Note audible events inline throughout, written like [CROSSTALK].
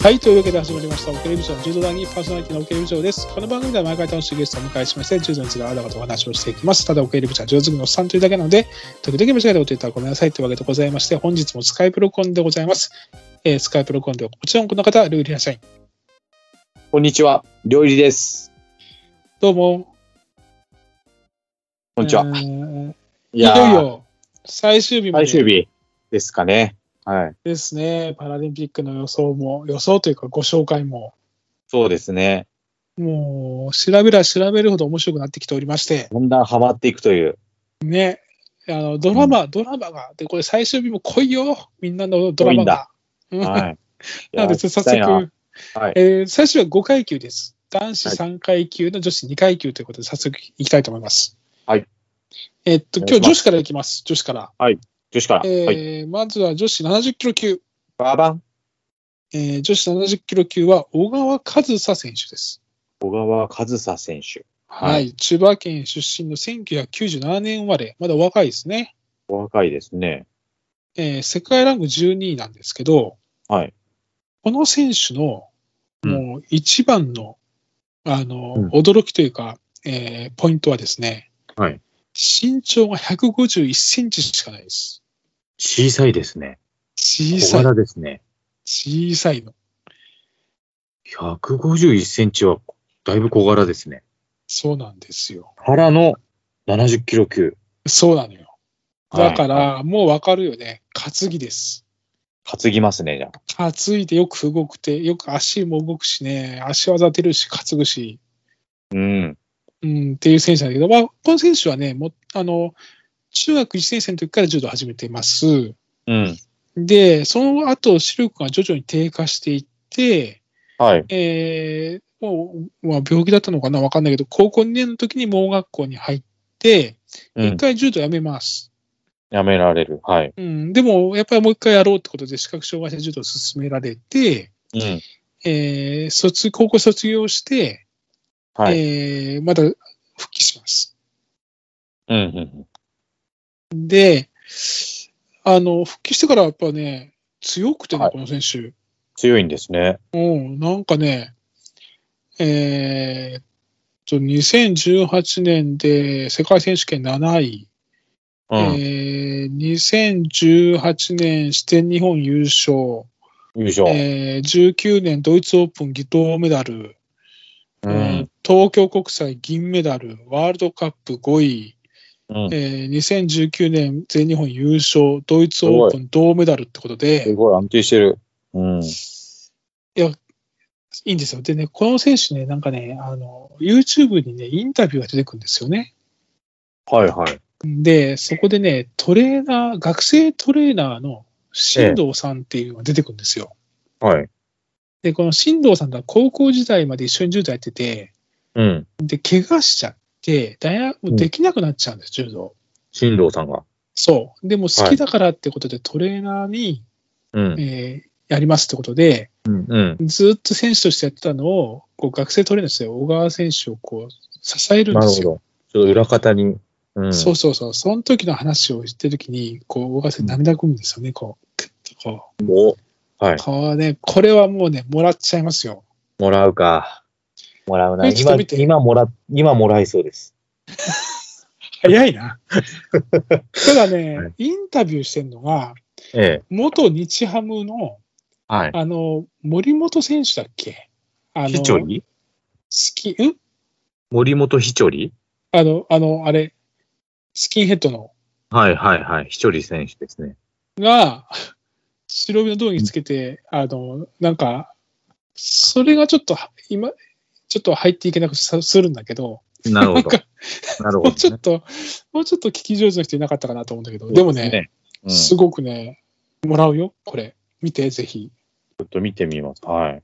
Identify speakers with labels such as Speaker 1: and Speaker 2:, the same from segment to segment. Speaker 1: はい、というわけで始まりました、オケレビジョン柔道談義パーソナリティのオケレビジョンです。この番組では毎回楽しいゲストをお迎えしまして、柔道についてあらかとお話をしていきます。ただ、オケレビジョンは柔道好きのおっさんというだけなので、時々間違えたこと言ったらごめんなさいというわけでございまして、本日もスカイプロコンでございます。えースカイプロコンでは、もちろんこの方、ルーリア社員。
Speaker 2: こんにちは、りょうりです。
Speaker 1: どうも。
Speaker 2: こんにちは
Speaker 1: え。ー
Speaker 2: い
Speaker 1: いよい
Speaker 2: ー
Speaker 1: よ、最終日ま
Speaker 2: 最終
Speaker 1: で
Speaker 2: 日ですかね。はい。
Speaker 1: ですね、パラリンピックの予想も、予想というかご紹介も、
Speaker 2: そうですね。
Speaker 1: もう、調べりゃ調べるほど面白くなってきておりまして、
Speaker 2: だんだんハマっていくという。
Speaker 1: ね、あのドラマ、ドラマが、で、これ最終日も来いよ、みんなのドラマが。うん [LAUGHS]
Speaker 2: はい。い
Speaker 1: な
Speaker 2: や
Speaker 1: ので、早
Speaker 2: 聞きたいな
Speaker 1: 速、
Speaker 2: はい
Speaker 1: えー最終は5階級です。男子
Speaker 2: はい
Speaker 1: 3階級の女子2階級ということで、早速いきたいと思います。
Speaker 2: はい。
Speaker 1: えっと、
Speaker 2: お
Speaker 1: 今
Speaker 2: 願
Speaker 1: 日女
Speaker 2: いします
Speaker 1: 子からいきます、女子から。
Speaker 2: 女子から。
Speaker 1: えー
Speaker 2: はい。
Speaker 1: まずは女子70キロ級。
Speaker 2: ババン。
Speaker 1: えー女子70キロ級は小川和沙選手です。
Speaker 2: 小川和沙選手。
Speaker 1: はい、
Speaker 2: はい。
Speaker 1: 千葉県出身の1997年生まれ、まだお若いですね。
Speaker 2: お若いですね。
Speaker 1: えー世界ランク12位なんですけど、
Speaker 2: はい。
Speaker 1: この選手の、
Speaker 2: うん
Speaker 1: もう一番の、あの、
Speaker 2: うん
Speaker 1: 驚きというか、えーポイントはですね、
Speaker 2: はい
Speaker 1: 身長が151センチしかないです。
Speaker 2: 小さいですね。
Speaker 1: 小さい、
Speaker 2: ですね。
Speaker 1: 小さいの。
Speaker 2: 151センチはだいぶ小柄ですね。
Speaker 1: そうなんですよ。
Speaker 2: からの70キロ級。
Speaker 1: そうなのよ。だから、
Speaker 2: はい、
Speaker 1: もうわかるよね。担ぎです。
Speaker 2: 担ぎますね、じゃあ。
Speaker 1: 担いでよく動くて、よく足も動くしね、足技出るし、担ぐし、
Speaker 2: うん。
Speaker 1: うん、っていう選手なんだけど、まあ、この選手はね、もあの中学1年生の時から柔道を始めています。
Speaker 2: うん。
Speaker 1: で、その後、視力が徐々に低下していって、
Speaker 2: はい。
Speaker 1: えーもう、まあ、病気だったのかなわかんないけど、高校2年の時に盲学校に入って、
Speaker 2: う
Speaker 1: 一
Speaker 2: ん。
Speaker 1: 回柔道やめます。
Speaker 2: やめられる。はい。
Speaker 1: うん、でも、やっぱりもう一回やろうってことで、視覚障害者柔道を進められて、
Speaker 2: うん。
Speaker 1: えー卒高校卒業して、
Speaker 2: はい。
Speaker 1: えーまた復帰します。
Speaker 2: うんうん
Speaker 1: で、あの、復帰してからやっぱね、強くてね、
Speaker 2: はい
Speaker 1: この選手。
Speaker 2: 強いんですね。
Speaker 1: うん、なんかね、えーっと、2018年で世界選手権7位、
Speaker 2: うん。
Speaker 1: えー2018年四天日本優勝、
Speaker 2: 優勝。
Speaker 1: えー19年ドイツオープン銅メダル、
Speaker 2: う
Speaker 1: えー
Speaker 2: ん。
Speaker 1: 東京国際銀メダル、ワールドカップ5位、
Speaker 2: うん。
Speaker 1: えー2019年全日本優勝、ドイツオープン銅メダルってこと
Speaker 2: す
Speaker 1: で、
Speaker 2: ごい安定してる。うん。
Speaker 1: いいんですよ。でね、この選手ね、なんかね、あの、YouTube にね、インタビューが出てくるんですよね。
Speaker 2: はいはい。
Speaker 1: で、そこでね、トレーナー、学生トレーナーの新藤さんっていうのが出てくるんですよ。
Speaker 2: はい。
Speaker 1: で、この新藤さんとは高校時代まで一緒に柔道やってて、
Speaker 2: うん。
Speaker 1: で、怪我しちゃって、大学もうできなくなっちゃうんです、柔道。
Speaker 2: 新藤さんが。
Speaker 1: そう。でも好きだからってことで、トレーナーに、
Speaker 2: うん。
Speaker 1: えーやりますってことで、
Speaker 2: うん。うん。
Speaker 1: ずっと選手としてやってたのを、こう学生トレーナーとして小川選手をこう支えるん
Speaker 2: な
Speaker 1: で
Speaker 2: るほど。
Speaker 1: す
Speaker 2: ち
Speaker 1: よ。
Speaker 2: ょっと裏方に。うん。
Speaker 1: そうそうそう。その時の話をしてる時に、こう、小川選手涙ぐむんですよね。こう、クッとこう。
Speaker 2: おはい。
Speaker 1: こうね、これはもうね、もらっちゃいますよ。
Speaker 2: もらうか。もらうな。
Speaker 1: えちょっ
Speaker 2: 今
Speaker 1: と見て、
Speaker 2: 今もら、今もらいそうです。
Speaker 1: 早い
Speaker 2: [LAUGHS]
Speaker 1: な。ただね、
Speaker 2: はい
Speaker 1: インタビューしてるのが、
Speaker 2: ええ。
Speaker 1: 元日ハムの、
Speaker 2: はい。
Speaker 1: あの、森本選手だっけあの、
Speaker 2: ひちょり
Speaker 1: スキン、ん
Speaker 2: 森本ひちょり
Speaker 1: あの、あの、あれ、スキンヘッドの。
Speaker 2: はいはいはい。ひちょり選手ですね。
Speaker 1: が、白身の胴につけて、あの、なんか、それがちょっと、今、ちょっと入っていけなくさするんだけど、
Speaker 2: なるほど
Speaker 1: なん。
Speaker 2: なるほ
Speaker 1: も
Speaker 2: ど
Speaker 1: うちょ
Speaker 2: ね。
Speaker 1: っと、もうちょっと聞き上手な人いなかったかなと思うんだけど、でもね、
Speaker 2: うん。
Speaker 1: す
Speaker 2: ち
Speaker 1: ごくね、もらうよ、これ。見て、ぜひ。
Speaker 2: ょっと見てみます。はい。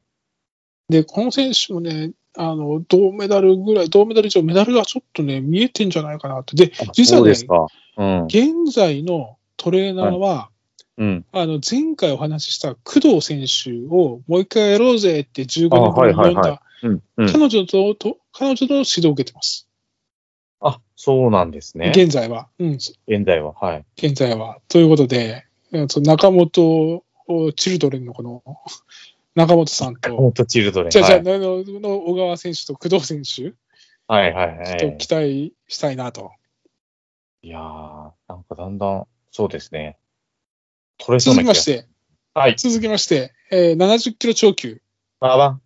Speaker 1: で、この選手もね、あの、銅メダルぐらい、銅メダル以上、メダルがちょっとね、見えてんじゃないかなって。で、実はね
Speaker 2: そうですか。うん。
Speaker 1: 現在のトレーナーは、
Speaker 2: うん。
Speaker 1: あの前回お話しした工藤選手をもう一回やろうぜって15年
Speaker 2: あ
Speaker 1: ぶりに呼ん
Speaker 2: はいはい
Speaker 1: だ
Speaker 2: うん。うん。
Speaker 1: 彼女とと彼女の指導を受けてます、
Speaker 2: あ、そうなんですね。
Speaker 1: 現在は、うん。現
Speaker 2: 現在は。はい。
Speaker 1: 在は。ということで、うんその中本チルドレンのこの中本さんと、
Speaker 2: モートチルドレン。
Speaker 1: じゃあ、じゃあ、
Speaker 2: はい
Speaker 1: のの小川選手と工藤選手、
Speaker 2: はいはいは
Speaker 1: ちょっと
Speaker 2: い。
Speaker 1: 期待したいなと。
Speaker 2: いやー、なんかだんだん、そうですね。取れそう
Speaker 1: 続きま
Speaker 2: な気が
Speaker 1: し。て、
Speaker 2: はい。
Speaker 1: 続きまして、えー70キロ超級、
Speaker 2: ババン。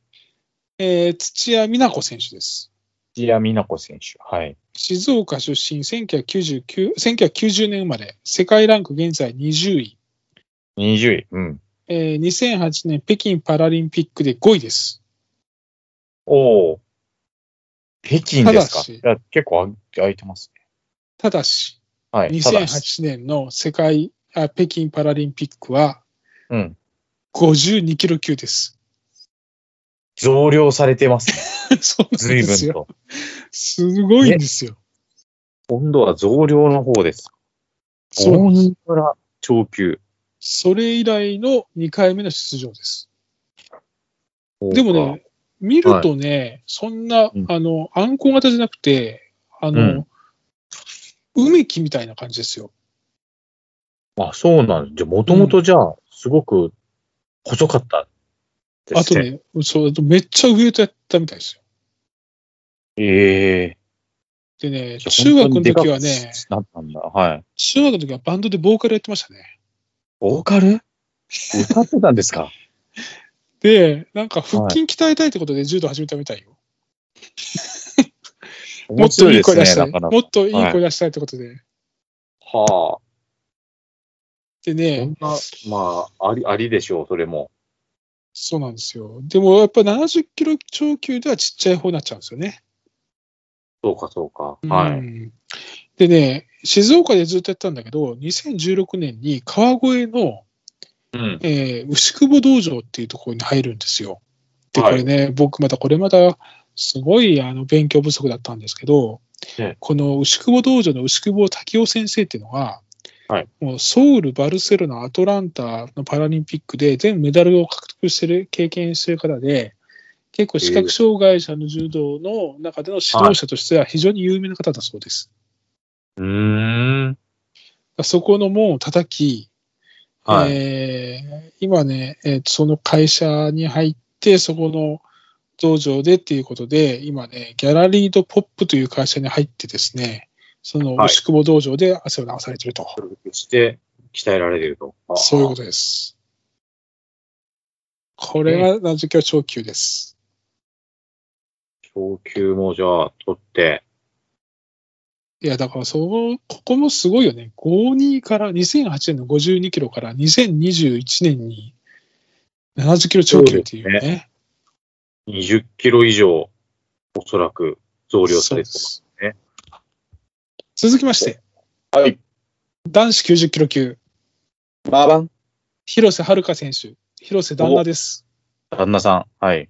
Speaker 1: えー土屋美奈子選手です。
Speaker 2: 土屋美奈子選手。はい。
Speaker 1: 静岡出身、1999 1990年生まれ、世界ランク現在20位、
Speaker 2: 20位。うん。
Speaker 1: えー2008年北京パラリンピックで5位です。
Speaker 2: おー。北京で
Speaker 1: た
Speaker 2: す
Speaker 1: だ
Speaker 2: か
Speaker 1: し
Speaker 2: いや結構空いてますね。
Speaker 1: ただし、
Speaker 2: はい。ただ
Speaker 1: 2008
Speaker 2: し
Speaker 1: 年の世界あ北京パラリンピックは
Speaker 2: うん。
Speaker 1: 52キロ級です。 [LAUGHS]
Speaker 2: 増量されてますね。
Speaker 1: そうなん
Speaker 2: 随
Speaker 1: で
Speaker 2: 分
Speaker 1: すよ。
Speaker 2: と。
Speaker 1: すごいんですよ。
Speaker 2: 今度は増量の方です。
Speaker 1: そうなんです。
Speaker 2: 大村超級。
Speaker 1: それ以来の2回目の出場です。
Speaker 2: そうか
Speaker 1: でもね、、見るとね、そんな
Speaker 2: うん、
Speaker 1: あの、あんこ型じゃなくて、あの、梅木みたいな感じですよ。
Speaker 2: あ、そうなんです。じゃあ、もともとじゃあ、すごく細かったで
Speaker 1: あと
Speaker 2: すね。
Speaker 1: ね、そう、あとめっちゃウエイトやったみたいですよ。
Speaker 2: ええ
Speaker 1: でね、
Speaker 2: じゃ
Speaker 1: 中
Speaker 2: あ
Speaker 1: 学
Speaker 2: 本当
Speaker 1: の
Speaker 2: にでかく
Speaker 1: 時はね、
Speaker 2: なったんだ。はい。
Speaker 1: 中学の時はバンドでボーカルやってましたね。
Speaker 2: ボー
Speaker 1: [LAUGHS]
Speaker 2: カル歌ってたんですか
Speaker 1: で、なんか腹筋鍛えたいってことで柔道始めたみたいよ。もっといい声出したい。
Speaker 2: なかな
Speaker 1: もっといい声出したいってことで。
Speaker 2: か。は
Speaker 1: で
Speaker 2: あ。そ
Speaker 1: ね
Speaker 2: ん、な、まあ、あり、ありでしょう、それも。
Speaker 1: そうなんですよ。でもやっぱ70キロ超級ではちっちゃい方になっちゃうんですよね。
Speaker 2: そうか、そうか。は
Speaker 1: う
Speaker 2: い。
Speaker 1: んでね、静岡でずっとやってたんだけど、2016年に川越の、
Speaker 2: うん。
Speaker 1: えー牛久保道場っていうところに入るんですよ。で、こ
Speaker 2: はい
Speaker 1: れね、僕またこれまたすごいあの勉強不足だったんですけど、
Speaker 2: ええ
Speaker 1: この牛久保道場の牛久保滝雄先生っていうのは、
Speaker 2: はい
Speaker 1: もうソウル、バルセロナ、アトランタのパラリンピックで全メダルを獲得してる、経験してる方で、結構視覚障害者の柔道の中での指導者としては非常に有名な方だそうです。
Speaker 2: うーん。
Speaker 1: そこの門を叩き、
Speaker 2: はい。
Speaker 1: えー今ね、えーその会社に入って、そこの道場でっていうことで、今ね、ギャラリードポップという会社に入ってですね、その
Speaker 2: はい
Speaker 1: 牛久保道場で汗を流されてると、
Speaker 2: して、鍛えられてると。はあ
Speaker 1: そういうことです。これが70キロ超級です。
Speaker 2: 昇級もじゃあ、取って。
Speaker 1: いや、だからその、ここもすごいよね。52から、2008年の52キロから2021年に70キロ超級っていう
Speaker 2: そうです
Speaker 1: ね
Speaker 2: 20キロ以上、おそらく増量されてます。
Speaker 1: そ
Speaker 2: ね
Speaker 1: うです続きまして、
Speaker 2: はい。
Speaker 1: 男子90キロ級、
Speaker 2: バーバン。
Speaker 1: 広瀬遥香選手、広瀬旦那です。
Speaker 2: 旦那さん。はい。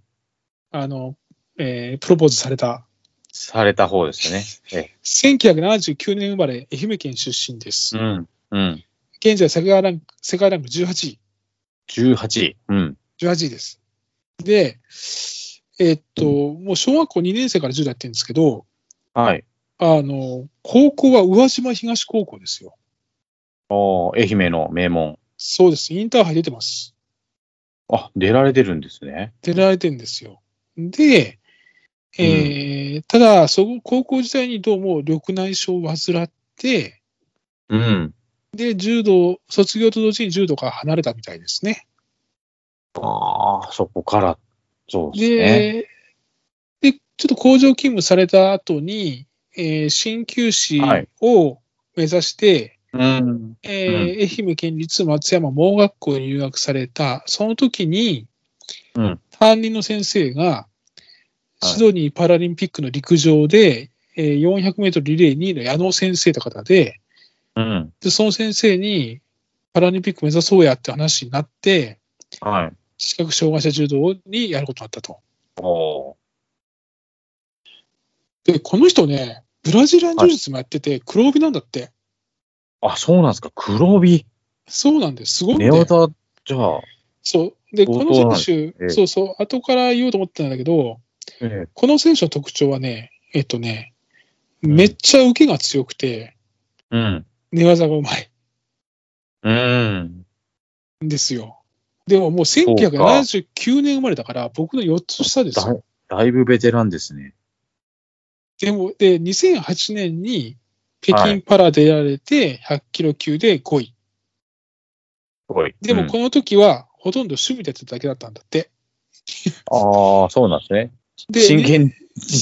Speaker 1: あの、えープロポーズされた。
Speaker 2: された方ですね。え
Speaker 1: 1979年生まれ、愛媛県出身です。
Speaker 2: え。うん。うん。
Speaker 1: 現在世界ランク、世界ランク18位、
Speaker 2: 18位。うん。
Speaker 1: 18位です。で、えーっと、もう小学校2年生から柔道やってるんですけど、
Speaker 2: はい。
Speaker 1: あの、高校は宇和島東高校ですよ。
Speaker 2: おー愛媛の名門。
Speaker 1: そうです。インターハイ出てます。
Speaker 2: あ、出られてるんですね。
Speaker 1: 出られてるんですよ。で、えーただ、その高校時代にどうも緑内障を患って、
Speaker 2: うん。
Speaker 1: で、柔道、卒業と同時に柔道から離れたみたいですね。
Speaker 2: ああ、そこから。そうですね。
Speaker 1: で、でちょっと工場勤務された後に、えー鍼灸師
Speaker 2: はい
Speaker 1: を目指して、
Speaker 2: うん。
Speaker 1: えー愛媛県立松山盲学校に入学された、その時に、
Speaker 2: うん
Speaker 1: 担任の先生が、
Speaker 2: い
Speaker 1: シドニーパラリンピックの陸上で、えー400メートルリレー2位の矢野先生という方で、
Speaker 2: うん。
Speaker 1: で、その先生にパラリンピック目指そうやって話になって、
Speaker 2: はい。
Speaker 1: 視覚障害者柔道にやることになったと。
Speaker 2: おー
Speaker 1: で、この人ね、ブラジリアン柔術もやってて、黒帯なんだって。
Speaker 2: あ、そうなんですか。黒帯。
Speaker 1: そうなんです。すごいんだ
Speaker 2: 寝
Speaker 1: よ
Speaker 2: 技、じゃあ、
Speaker 1: そう。で、こ
Speaker 2: 相当
Speaker 1: の選
Speaker 2: ええ
Speaker 1: 手、そうそう、後から言おうと思ってたんだけど、
Speaker 2: ええ
Speaker 1: この選手の特徴はね、えっとね、
Speaker 2: うん
Speaker 1: めっちゃ受けが強くて、
Speaker 2: うん。
Speaker 1: 寝技がうまい
Speaker 2: うん。
Speaker 1: んですよ。でももう1979年生まれだから、僕の4つ下です
Speaker 2: だ
Speaker 1: よ。
Speaker 2: だいぶベテランですね。
Speaker 1: でも、で、2008年に北
Speaker 2: は
Speaker 1: 京
Speaker 2: い
Speaker 1: パラ出られて100キロ級で5位。
Speaker 2: すごい。
Speaker 1: で
Speaker 2: う
Speaker 1: も
Speaker 2: ん
Speaker 1: この時はほとんど趣味でやってただけだったんだって。
Speaker 2: ああ、そうなんですね。
Speaker 1: で、
Speaker 2: 真剣に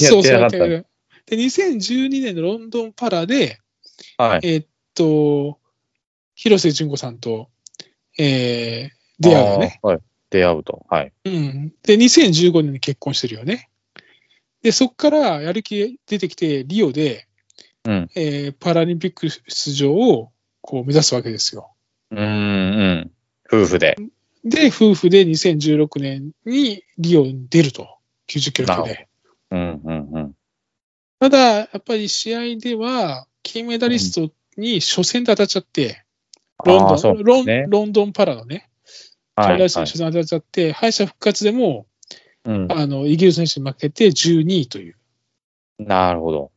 Speaker 2: やってなかった。
Speaker 1: そうそうで、2012年のロンドンパラで、
Speaker 2: はい。
Speaker 1: えーっと、広瀬純子さんと、えー、出会うよね。
Speaker 2: あー。はい。出会うと。はい。
Speaker 1: うん。で、2015年に結婚してるよね。で、そこからやる気出てきて、リオで、
Speaker 2: うん
Speaker 1: えーパラリンピック出場をこう目指すわけですよ。
Speaker 2: うん、うん。夫婦で。
Speaker 1: で、夫婦で2016年にリオに出ると、90キロ
Speaker 2: なる
Speaker 1: 級
Speaker 2: ほ
Speaker 1: で。
Speaker 2: うん、うん、うん。
Speaker 1: ただ、やっぱり試合では、金メダリストに初戦で当たっちゃって、ロン
Speaker 2: あ
Speaker 1: ド
Speaker 2: あ、
Speaker 1: ン
Speaker 2: そうで
Speaker 1: ロ
Speaker 2: すね
Speaker 1: ン。ロンドンパラのね、
Speaker 2: は
Speaker 1: 金メ
Speaker 2: い。
Speaker 1: ダリスト
Speaker 2: は
Speaker 1: に
Speaker 2: い
Speaker 1: 初戦で当たっちゃって、敗者復活でも
Speaker 2: うん、
Speaker 1: あのイギリスの選手に負けて12位という。
Speaker 2: なるほど。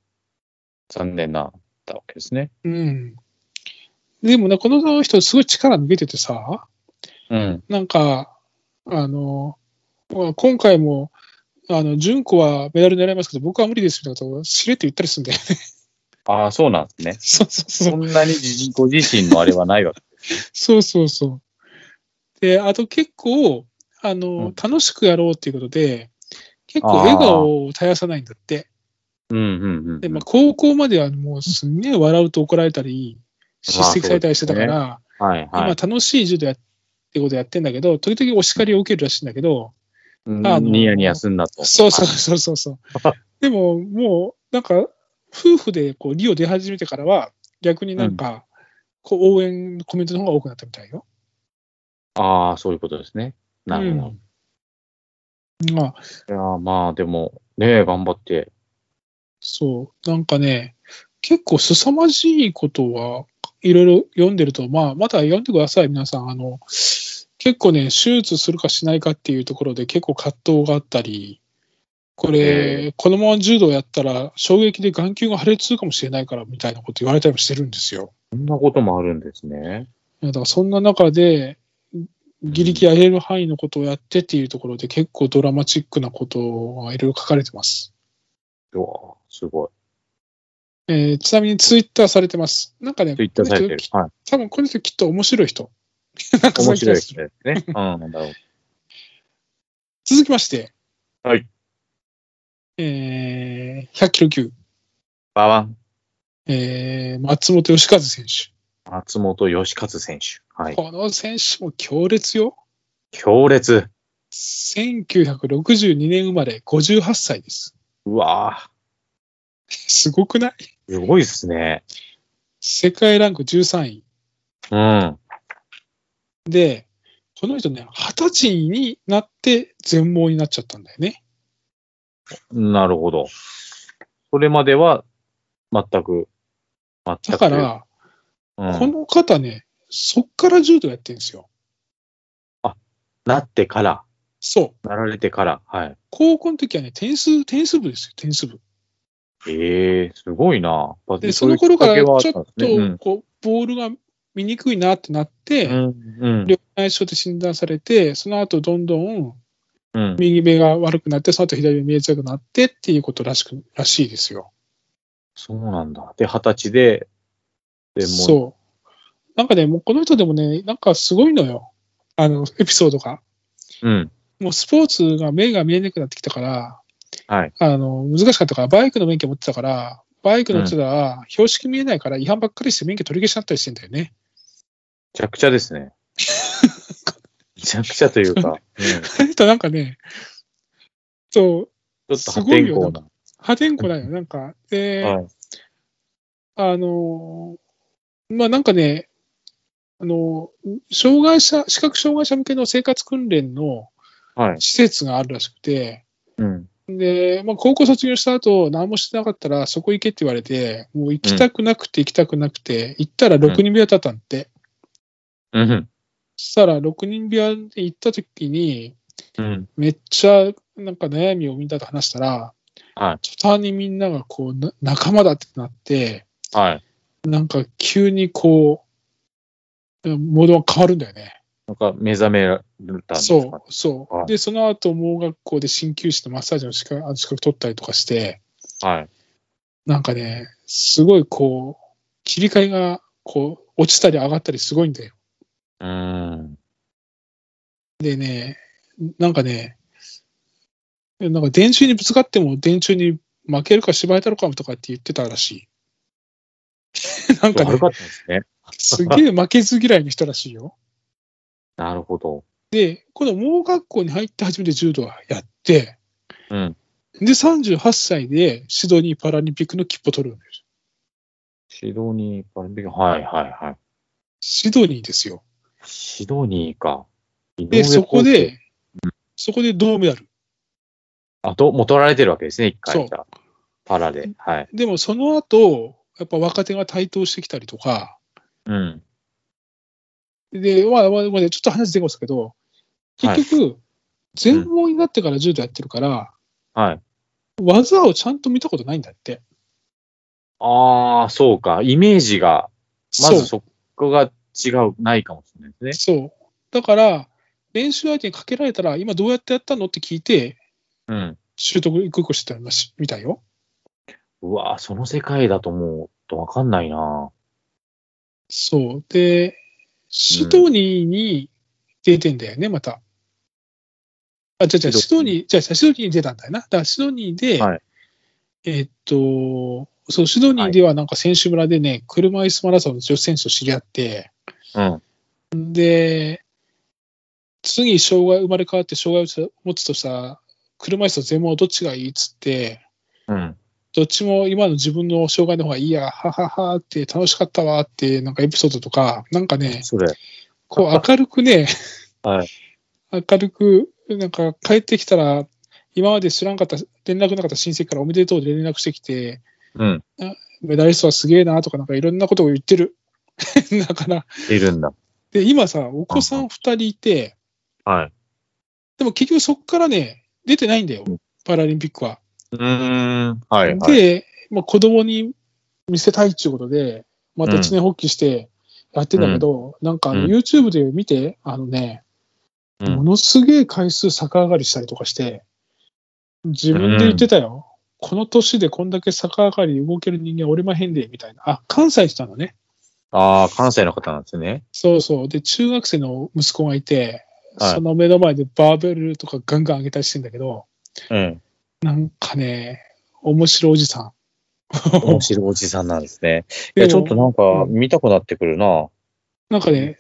Speaker 2: 残念なったわけですね。
Speaker 1: うん。でもね、この人、すごい力抜けててさ、
Speaker 2: うん。
Speaker 1: なんか、あの、まあ今回も、あの、純子はメダル狙いますけど、僕は無理ですみたいなことをしれっと言ったりするんだよね。
Speaker 2: ああ、そうなんですね。
Speaker 1: [LAUGHS] そうそうそ
Speaker 2: そ
Speaker 1: うん
Speaker 2: なに自身ご自身のあれはない
Speaker 1: [LAUGHS]
Speaker 2: わけ。。
Speaker 1: そうそうそう。で、あと結構、あの、
Speaker 2: うん
Speaker 1: 楽しくやろうっていうことで、結構笑顔を絶やさないんだって。
Speaker 2: うん、うん、うん。
Speaker 1: で、まあ、高校まではもうすんげえ笑うと怒られたり、叱責されたりしてたから、
Speaker 2: はい、
Speaker 1: 今
Speaker 2: はい。
Speaker 1: 楽しい柔道やってことやってんだけど、時々お叱りを受けるらしいんだけど、
Speaker 2: うん
Speaker 1: あの
Speaker 2: ニヤニヤすんなと。
Speaker 1: そうそうそうそう
Speaker 2: [LAUGHS]
Speaker 1: そう。でももうなんか夫婦でこうリオ出始めてからは逆になんか、こう応援コメントの方が多くなったみたいよ。
Speaker 2: ああ、そういうことですね。なるほど。
Speaker 1: うんまあ
Speaker 2: いやーまあでも、ねえ、頑張って。
Speaker 1: そうなんかね結構凄まじいことはいろいろ読んでるとまあまた読んでください皆さんあの結構ね手術するかしないかっていうところで結構葛藤があったりこ
Speaker 2: へ
Speaker 1: れこのまま柔道やったら衝撃で眼球が破裂するかもしれないからみたいなこと言われたりもしてるんですよ。
Speaker 2: こんなこともあるんですね。
Speaker 1: いやだからそんな中で、自力やれる範囲のことをやってっていうところで結構ドラマチックなことがいろいろ書かれてます。
Speaker 2: うわすごい。
Speaker 1: えーちなみにツイッターされてます。なんかね、
Speaker 2: ツイッターされて
Speaker 1: この
Speaker 2: る
Speaker 1: 人。
Speaker 2: はい。
Speaker 1: 多分この人きっと面白い人。 [LAUGHS] なんかそう
Speaker 2: 面
Speaker 1: う気
Speaker 2: 白
Speaker 1: が
Speaker 2: いですす
Speaker 1: る
Speaker 2: ね。うん、なんだろう。
Speaker 1: 続きまして。
Speaker 2: はい。
Speaker 1: えー、100キロ級、
Speaker 2: ババン、
Speaker 1: えー、松本義和選手。
Speaker 2: 松本義勝選手。はい。
Speaker 1: この選手も強烈よ。
Speaker 2: 強烈。
Speaker 1: 1962年生まれ、58歳です。
Speaker 2: うわ
Speaker 1: すごくない
Speaker 2: ーすごいですね。
Speaker 1: 世界ランク13位。
Speaker 2: うん。
Speaker 1: で、この人ね、二十歳になって全盲になっちゃったんだよね。
Speaker 2: なるほど。それまでは、全く、全く。
Speaker 1: だから、
Speaker 2: うん
Speaker 1: この方ね、そっから柔道やってるんですよ。
Speaker 2: なってから、
Speaker 1: そう。
Speaker 2: なられてから。はい。
Speaker 1: 高校の時はね、テニス、テニス部ですよ、テニス部。
Speaker 2: ええすごいな。
Speaker 1: で、その頃からちょっと、
Speaker 2: そういうきっか
Speaker 1: こう、ボールが見にくいなってなって、
Speaker 2: けはあったんですねうん。うん。
Speaker 1: 緑内障で診断されて、その後どんどん
Speaker 2: うん。
Speaker 1: 右目が悪くなって、その後左目見えづらくなってっていうことらしく、らしいですよ。
Speaker 2: そうなんだ。で、二十歳で、でう。
Speaker 1: そう。なんかね、もうこの人でもね、なんかすごいのよ。あの、エピソードが。
Speaker 2: うん。
Speaker 1: もうスポーツが目が見えなくなってきたから、
Speaker 2: はい。
Speaker 1: あの、難しかったから、バイクの免許持ってたから、バイク乗ってたら、標識見えないから違反ばっかりして免許取り消しになったりしてんだよね。 [LAUGHS]
Speaker 2: めちゃくちゃですね。めちゃくちゃとい
Speaker 1: [LAUGHS]
Speaker 2: うか、うん、ち
Speaker 1: あの人なんかね、そう、
Speaker 2: ょっと破天荒な。
Speaker 1: 破天荒だよ。なんか、で、
Speaker 2: はい。
Speaker 1: あの、まあなんかね、あの、障害者、視覚障害者向けの生活訓練の
Speaker 2: はい。
Speaker 1: 施設があるらしくて、
Speaker 2: うん。
Speaker 1: で、まあ、高校卒業した後、何もしてなかったら、そこ行けって言われて、もう行きたくなくて行きたくなくて、行ったら6人部屋だったんで、
Speaker 2: うん。
Speaker 1: そしたら6人部屋で行った時に、
Speaker 2: うん。
Speaker 1: めっちゃなんか悩みをみんなと話したら、
Speaker 2: はい
Speaker 1: 途端にみんながこうな、仲間だってなって、
Speaker 2: はい。
Speaker 1: なんか急にこう、モードが変わるんだよね。
Speaker 2: なんか目覚められたんですかね
Speaker 1: そう、そ
Speaker 2: は
Speaker 1: う。
Speaker 2: い
Speaker 1: で、その後、盲学校で鍼灸師のマッサージの資格あの資格取ったりとかして、
Speaker 2: はい。
Speaker 1: なんかね、すごいこう、切り替えが、こう、落ちたり上がったりすごいんだよ。
Speaker 2: うーん。
Speaker 1: でね、なんかね、なんか電柱にぶつかっても電柱に負けるか芝居たろかもとかって言ってたらしい。 [LAUGHS] なんかね
Speaker 2: 悪、かったんですね。
Speaker 1: すげえ負けず嫌いの人らしいよ。
Speaker 2: なるほど。
Speaker 1: で、この盲学校に入って初めて柔道をやって、
Speaker 2: うん。
Speaker 1: で、38歳でシドニーパラリンピックの切符を取るんです。
Speaker 2: シドニーパラリンピック。はいはいはい。
Speaker 1: シドニーですよ。
Speaker 2: シドニーか。井
Speaker 1: で、
Speaker 2: 上
Speaker 1: そこ
Speaker 2: 康生。
Speaker 1: で、そこで銅メダル。
Speaker 2: あと、もう取られてるわけですね、一
Speaker 1: そ
Speaker 2: 回
Speaker 1: う
Speaker 2: が。パラで。はい。
Speaker 1: でもその後、やっぱ若手が台頭してきたりとか、
Speaker 2: うん。
Speaker 1: で、まあ、まあまあねちょっと話出てますけど、結局、全盲になってから柔道やってるから、
Speaker 2: はい。
Speaker 1: 技をちゃんと見たことないんだって。
Speaker 2: ああ、そうか。イメージが、ま
Speaker 1: そう
Speaker 2: ずそこが違う、ないかもしれないです
Speaker 1: そう。だから、練習相手にかけられたら、今どうやってやったのって聞いて、
Speaker 2: ね。うん。
Speaker 1: 習得一個一個してたらしみたいよ。
Speaker 2: うわーその世界だともう、とわかんないな
Speaker 1: そう。で、シドニーに出てんだよね、また。あ、じゃじゃ
Speaker 2: シド
Speaker 1: シドニー、
Speaker 2: ニー
Speaker 1: じゃシドニーに出たんだよな。だからシドニーで、
Speaker 2: はい
Speaker 1: えーっと、そう、シドニーではなんか選手村でね、車椅子マラソンの女子選手と知り合って、
Speaker 2: うん。
Speaker 1: で、次、障害、生まれ変わって障害を持つとした車椅子と全盲どっちがいいっつって、
Speaker 2: うん。
Speaker 1: どっちも今の自分の障害の方がいいや、はははって楽しかったわって、なんかエピソードとか、なんかね、
Speaker 2: それ。
Speaker 1: こう明るくね、
Speaker 2: [LAUGHS] はい
Speaker 1: 明るく、なんか帰ってきたら、今まで知らんかった、連絡なかった親戚からおめでとうで連絡してきて、
Speaker 2: うん。
Speaker 1: メダリストはすげえなとか、なんかいろんなことを言ってる。 [LAUGHS] だから、
Speaker 2: いるんだ。
Speaker 1: で、今さ、お子さ
Speaker 2: うん
Speaker 1: 2人いて、
Speaker 2: はい。
Speaker 1: でも結局そこからね、出てないんだよ、パラリンピックは。
Speaker 2: うーん。はい、はい。
Speaker 1: で、まあ、子供に見せたいっていうことで、また一年発起してやってんだけど、なんかあの
Speaker 2: うん
Speaker 1: YouTube で見て、あのね、
Speaker 2: うん
Speaker 1: ものすげえ回数逆上がりしたりとかして、自分で言ってたよ。この年でこんだけ逆上がり動ける人間おりまへんで、みたいな。あ、関西したのね。
Speaker 2: ああ、関西の方なんですね。
Speaker 1: そうそう。で、中学生の息子がいて、
Speaker 2: はい
Speaker 1: その目の前でバーベルとかガンガン上げたりしてんだけど、
Speaker 2: うん。
Speaker 1: なんかね、面白いおじさん。
Speaker 2: 面白いおじさんなんですね。い
Speaker 1: で
Speaker 2: や、
Speaker 1: も
Speaker 2: ちょっとなんか見たくなってくるな
Speaker 1: なんかね、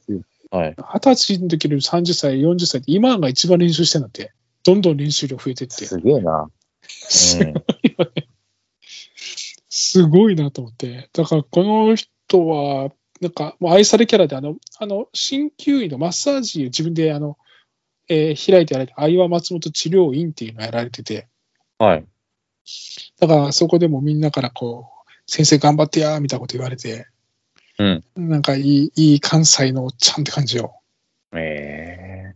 Speaker 2: はい。
Speaker 1: 二十歳の時より30歳、40歳って今が一番練習してんだって。どんどん練習量増えてって。
Speaker 2: すげえな。うん。
Speaker 1: すごいなと思って。だからこの人は、なんかもう愛されキャラで、あの、あの、鍼灸院のマッサージを自分で、あの、えー開いてやられて、愛和松本治療院っていうのをやられてて、
Speaker 2: はい。
Speaker 1: だからそこでもみんなからこう、先生頑張ってやーみたいなこと言われて、
Speaker 2: うん
Speaker 1: なんかいい、いい関西のおっちゃんって感じよ。
Speaker 2: ええ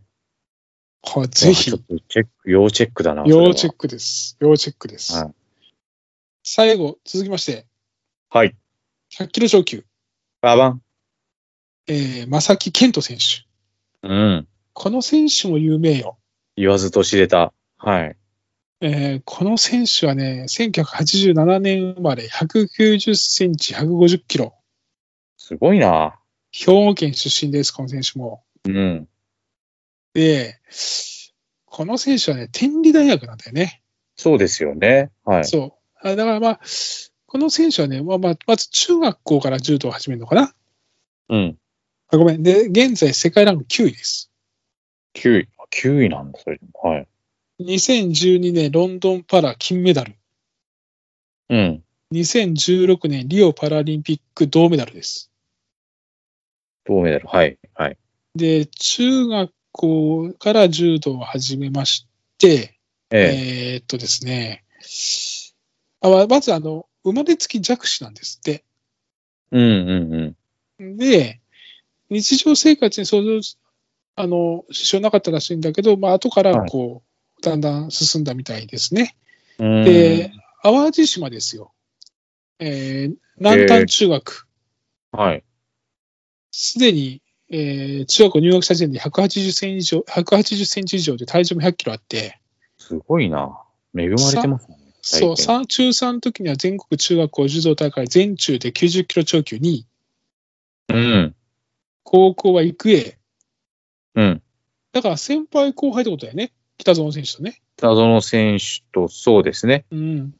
Speaker 1: これぜひ
Speaker 2: ちょっ、とチェック、要チェックだな。それは
Speaker 1: 要チェックです。要チェックです。
Speaker 2: はい
Speaker 1: 最後、続きまして、
Speaker 2: はい。
Speaker 1: 100キロ超級、
Speaker 2: ババン。
Speaker 1: えー、正木健人選手。
Speaker 2: うん。
Speaker 1: この選手も有名よ。
Speaker 2: 言わずと知れた。はい。
Speaker 1: えーこの選手はね、1987年生まれ、190センチ、150キロ。
Speaker 2: すごいな。
Speaker 1: 兵庫県出身です、この選手も。
Speaker 2: うん。
Speaker 1: で、この選手はね、天理大学なんだよね。
Speaker 2: そうですよね。はい。
Speaker 1: そう。あだからまあ、この選手はね、まあまあ、まず中学校から柔道を始めるのかな。
Speaker 2: うん。
Speaker 1: あごめん。で、現在世界ランク9位です。
Speaker 2: 9位。9位なんだ、それでも。はい。
Speaker 1: 2012年ロンドンパラ金メダル、
Speaker 2: うん。
Speaker 1: 2016年リオパラリンピック銅メダルです。
Speaker 2: 銅メダル。はい。はい。
Speaker 1: で、中学校から柔道を始めまして、
Speaker 2: ええ
Speaker 1: えーっとですね、あままずあの、生まれつき弱視なんですって。
Speaker 2: うんうんうん。
Speaker 1: で、日常生活に想像し、あの、支障なかったらしいんだけど、まあ、後からこう、だんだん進んだみたいですね。
Speaker 2: うん
Speaker 1: で、淡路島ですよ。えー、南丹中学。
Speaker 2: はい。
Speaker 1: すでにえー中学入学した時点で180センチ以上、180センチ以上で体重も100キロあって、
Speaker 2: すごいな。恵まれてますね。
Speaker 1: そう、
Speaker 2: 体
Speaker 1: さ中3の時には全国中学校柔道大会全中で90キロ超級2位、
Speaker 2: うん。
Speaker 1: 高校は育英。
Speaker 2: うん。
Speaker 1: だから先輩後輩ってことだよね。北園選手とね。
Speaker 2: 北園選手と、そうですね。
Speaker 1: うん。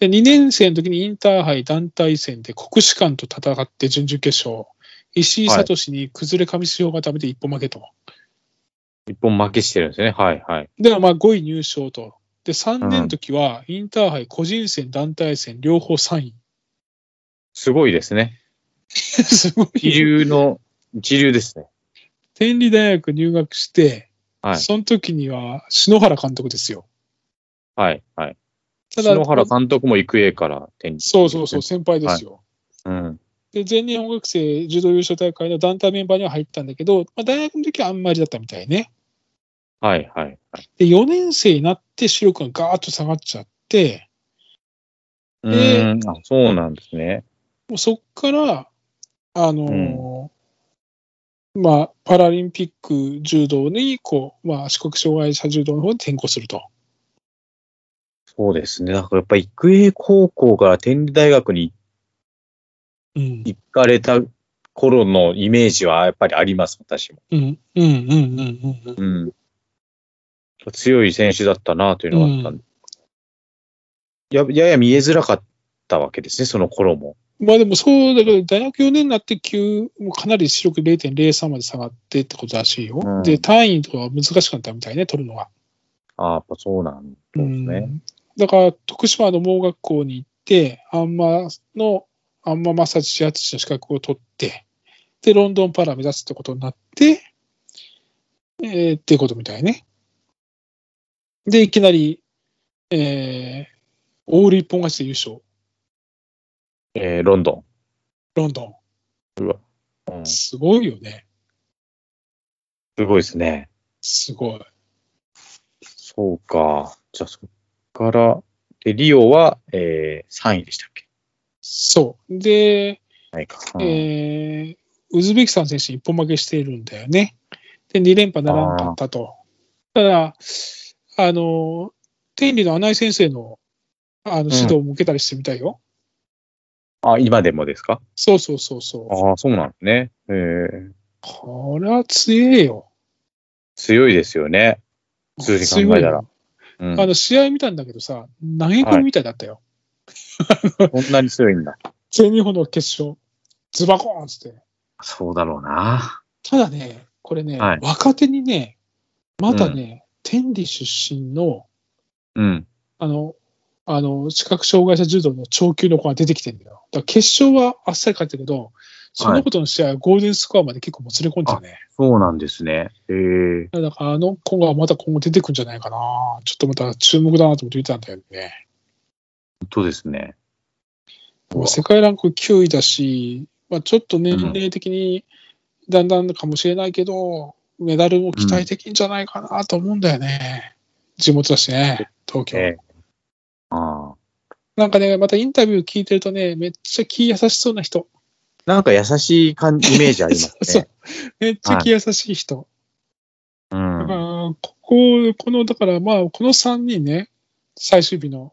Speaker 1: で、2年生の時にインターハイ団体戦で国士舘と戦って準々決勝。石井聡に崩れ上塩固めて一本負けと。
Speaker 2: 一本負けしてるんですね。はいはい。
Speaker 1: で、まあ5位入賞と。で、3年の時はインターハイ個人戦、団体戦、両方3位。 [LAUGHS]
Speaker 2: すごいですね。
Speaker 1: すご
Speaker 2: 一
Speaker 1: い。
Speaker 2: 流の、一流ですね。
Speaker 1: 天理大学入学して、
Speaker 2: はい
Speaker 1: その時には篠原監督ですよ。
Speaker 2: はいはい。
Speaker 1: ただ
Speaker 2: 篠原監督も育英から転じ
Speaker 1: そうそうそう、。先輩ですよ。
Speaker 2: うん。
Speaker 1: で、全日本学生柔道優勝大会の団体メンバーには入ったんだけど、まあ、大学の時はあんまりだったみたいね。
Speaker 2: はいはいはい。
Speaker 1: で、4年生になって視力がガーッと下がっちゃって、
Speaker 2: う
Speaker 1: で
Speaker 2: ーん。あ、そうなんですね。
Speaker 1: もうそっから、あのーまあ、パラリンピック柔道に、こう、まあ、視覚障害者柔道の方に転向すると。
Speaker 2: そうですね。だからやっぱ育英高校から天理大学に
Speaker 1: うん。
Speaker 2: 行かれた頃のイメージはやっぱりあります、私も。
Speaker 1: うん、うん、うん、うん、うん。
Speaker 2: うん。強い選手だったなというのがあったんで、や、やや見えづらかったわけですね、その頃も。
Speaker 1: まあでもそうだけど、大学4年になって急、もうかなり視力0.03まで下がってってことらしいよ。
Speaker 2: うん
Speaker 1: で、単位とかは難しかったみたいね、取るのが。
Speaker 2: ああ、やっぱそうなんですね。
Speaker 1: だから、徳島の盲学校に行って、アンマの、アンママサチアツの資格を取って、で、ロンドンパラ目指すってことになって、えーっていうことみたいね。で、いきなり、えー、オール一本勝ちで優勝、
Speaker 2: えーロンド
Speaker 1: ロンド
Speaker 2: ン、うん
Speaker 1: ン。
Speaker 2: す
Speaker 1: すごいよね。
Speaker 2: ごいですね。
Speaker 1: すごい。
Speaker 2: そうか。じゃあそっから、で、リオは、えー、3位でしたっけ
Speaker 1: そう。で、
Speaker 2: ないか。うん
Speaker 1: えー、ウズベキスタン選手に一本負けしているんだよね。で、2連覇ならなかったと。ただ、あの、天理の穴井先生のあの指導も受けたりしてみたいよ。
Speaker 2: あ、今でもですか
Speaker 1: そうそうそうそう。
Speaker 2: ああ、そうなんですね。えー、
Speaker 1: これは強えよ。
Speaker 2: 強いですよね。普通に考えたら
Speaker 1: 強
Speaker 2: うん
Speaker 1: いよ。あの、試合見たんだけどさ、投げ込みみたいだったよ。
Speaker 2: そんなに強いんだ。
Speaker 1: 全日本の決勝、ズバコーンっつって。
Speaker 2: [LAUGHS] そうだろうな。
Speaker 1: ただね、これね、
Speaker 2: はい
Speaker 1: 若手にね、またね、天理出身の、
Speaker 2: うん。
Speaker 1: あの、あの、視覚障害者柔道の超級の子が出てきてんだよ。だから決勝はあっさり勝ったけど、そのことの試合はゴールデンスコアまで結構もつれ込んでたね。
Speaker 2: そうなんですね。えー、
Speaker 1: だからあの子がまた今後出てくんじゃないかな。ちょっとまた注目だなと思って見てたんだよね。
Speaker 2: 本当ですね。うわ
Speaker 1: 世界ランク9位だし、まあ、ちょっと年齢的にだんだんかもしれないけど、メダルも期待できんじゃないかなと思うんだよね。地元だしね、東京。
Speaker 2: えー、ああ。
Speaker 1: なんかね、またインタビュー聞いてるとね、めっちゃ気優しそうな人。
Speaker 2: なんか優しい感じ、イメージあり [LAUGHS] ますね。
Speaker 1: [LAUGHS] そうそうめっちゃ気優しい人。
Speaker 2: うん
Speaker 1: だから、ここ、この、だからまあ、この3人ね、最終日の、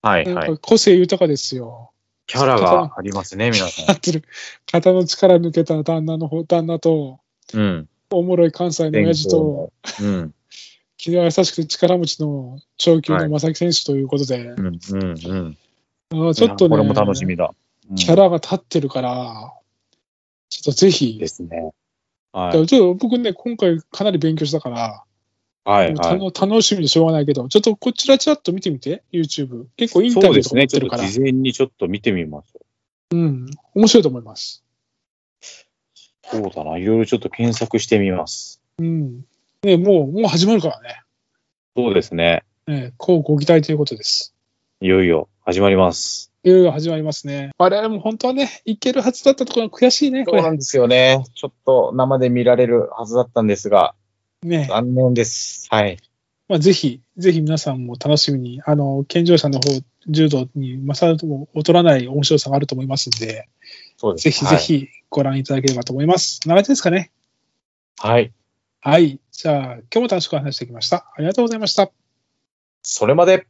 Speaker 2: はい
Speaker 1: な
Speaker 2: は
Speaker 1: ん
Speaker 2: い。
Speaker 1: か個性豊かですよ。
Speaker 2: キャラがありますね、皆さ
Speaker 1: 合ってる。肩の力抜けた旦那の方、旦那と、
Speaker 2: ん。うん。
Speaker 1: おもろい関西の親父と、
Speaker 2: うん。
Speaker 1: 気が優しくて力持ちの長球
Speaker 2: は
Speaker 1: の
Speaker 2: い
Speaker 1: 正木選手ということで、
Speaker 2: うん。 [LAUGHS] うん。うん。
Speaker 1: ああちょっとね、
Speaker 2: これも楽しみだ。うん
Speaker 1: キャラが立ってるから、ちょっとぜひ、
Speaker 2: ですね。はいい
Speaker 1: や。ちょっと僕ね、今回かなり勉強したから、
Speaker 2: はいは
Speaker 1: も
Speaker 2: い。
Speaker 1: うたの楽しみでしょうがないけど、ちょっとこちらちらっと見てみて、YouTube。結構インタ
Speaker 2: そう
Speaker 1: ビュ
Speaker 2: で
Speaker 1: ーと
Speaker 2: す
Speaker 1: かや
Speaker 2: ね。
Speaker 1: って
Speaker 2: ちょ
Speaker 1: る
Speaker 2: っ
Speaker 1: か
Speaker 2: と
Speaker 1: ら、
Speaker 2: 事前にちょっと見てみます。
Speaker 1: うん、面白いと思います。
Speaker 2: そうだな。いろいろちょっと検索してみます。
Speaker 1: うん。ね、もう、もう始まるからね。
Speaker 2: そうですね。
Speaker 1: ねこうご期待ということです。
Speaker 2: いよいよ始まります。
Speaker 1: いよいよ始まりますね。我々も本当はね、いけるはずだったところが悔しいね、こ
Speaker 2: そう
Speaker 1: れ
Speaker 2: な。んですよね。ちょっと生で見られるはずだったんですが、
Speaker 1: ね。
Speaker 2: 残念です。はい。
Speaker 1: まあ、ぜひ、ぜひ皆さんも楽しみに、あの、健常者の方、柔道に勝るも劣らない面白さがあると思いますんで、
Speaker 2: そうです
Speaker 1: ぜひぜひご覧いただければと思います。長手ですかね。
Speaker 2: はい。
Speaker 1: はい。じゃあ、今日も楽しくお話してきました。ありがとうございました。
Speaker 2: それまで。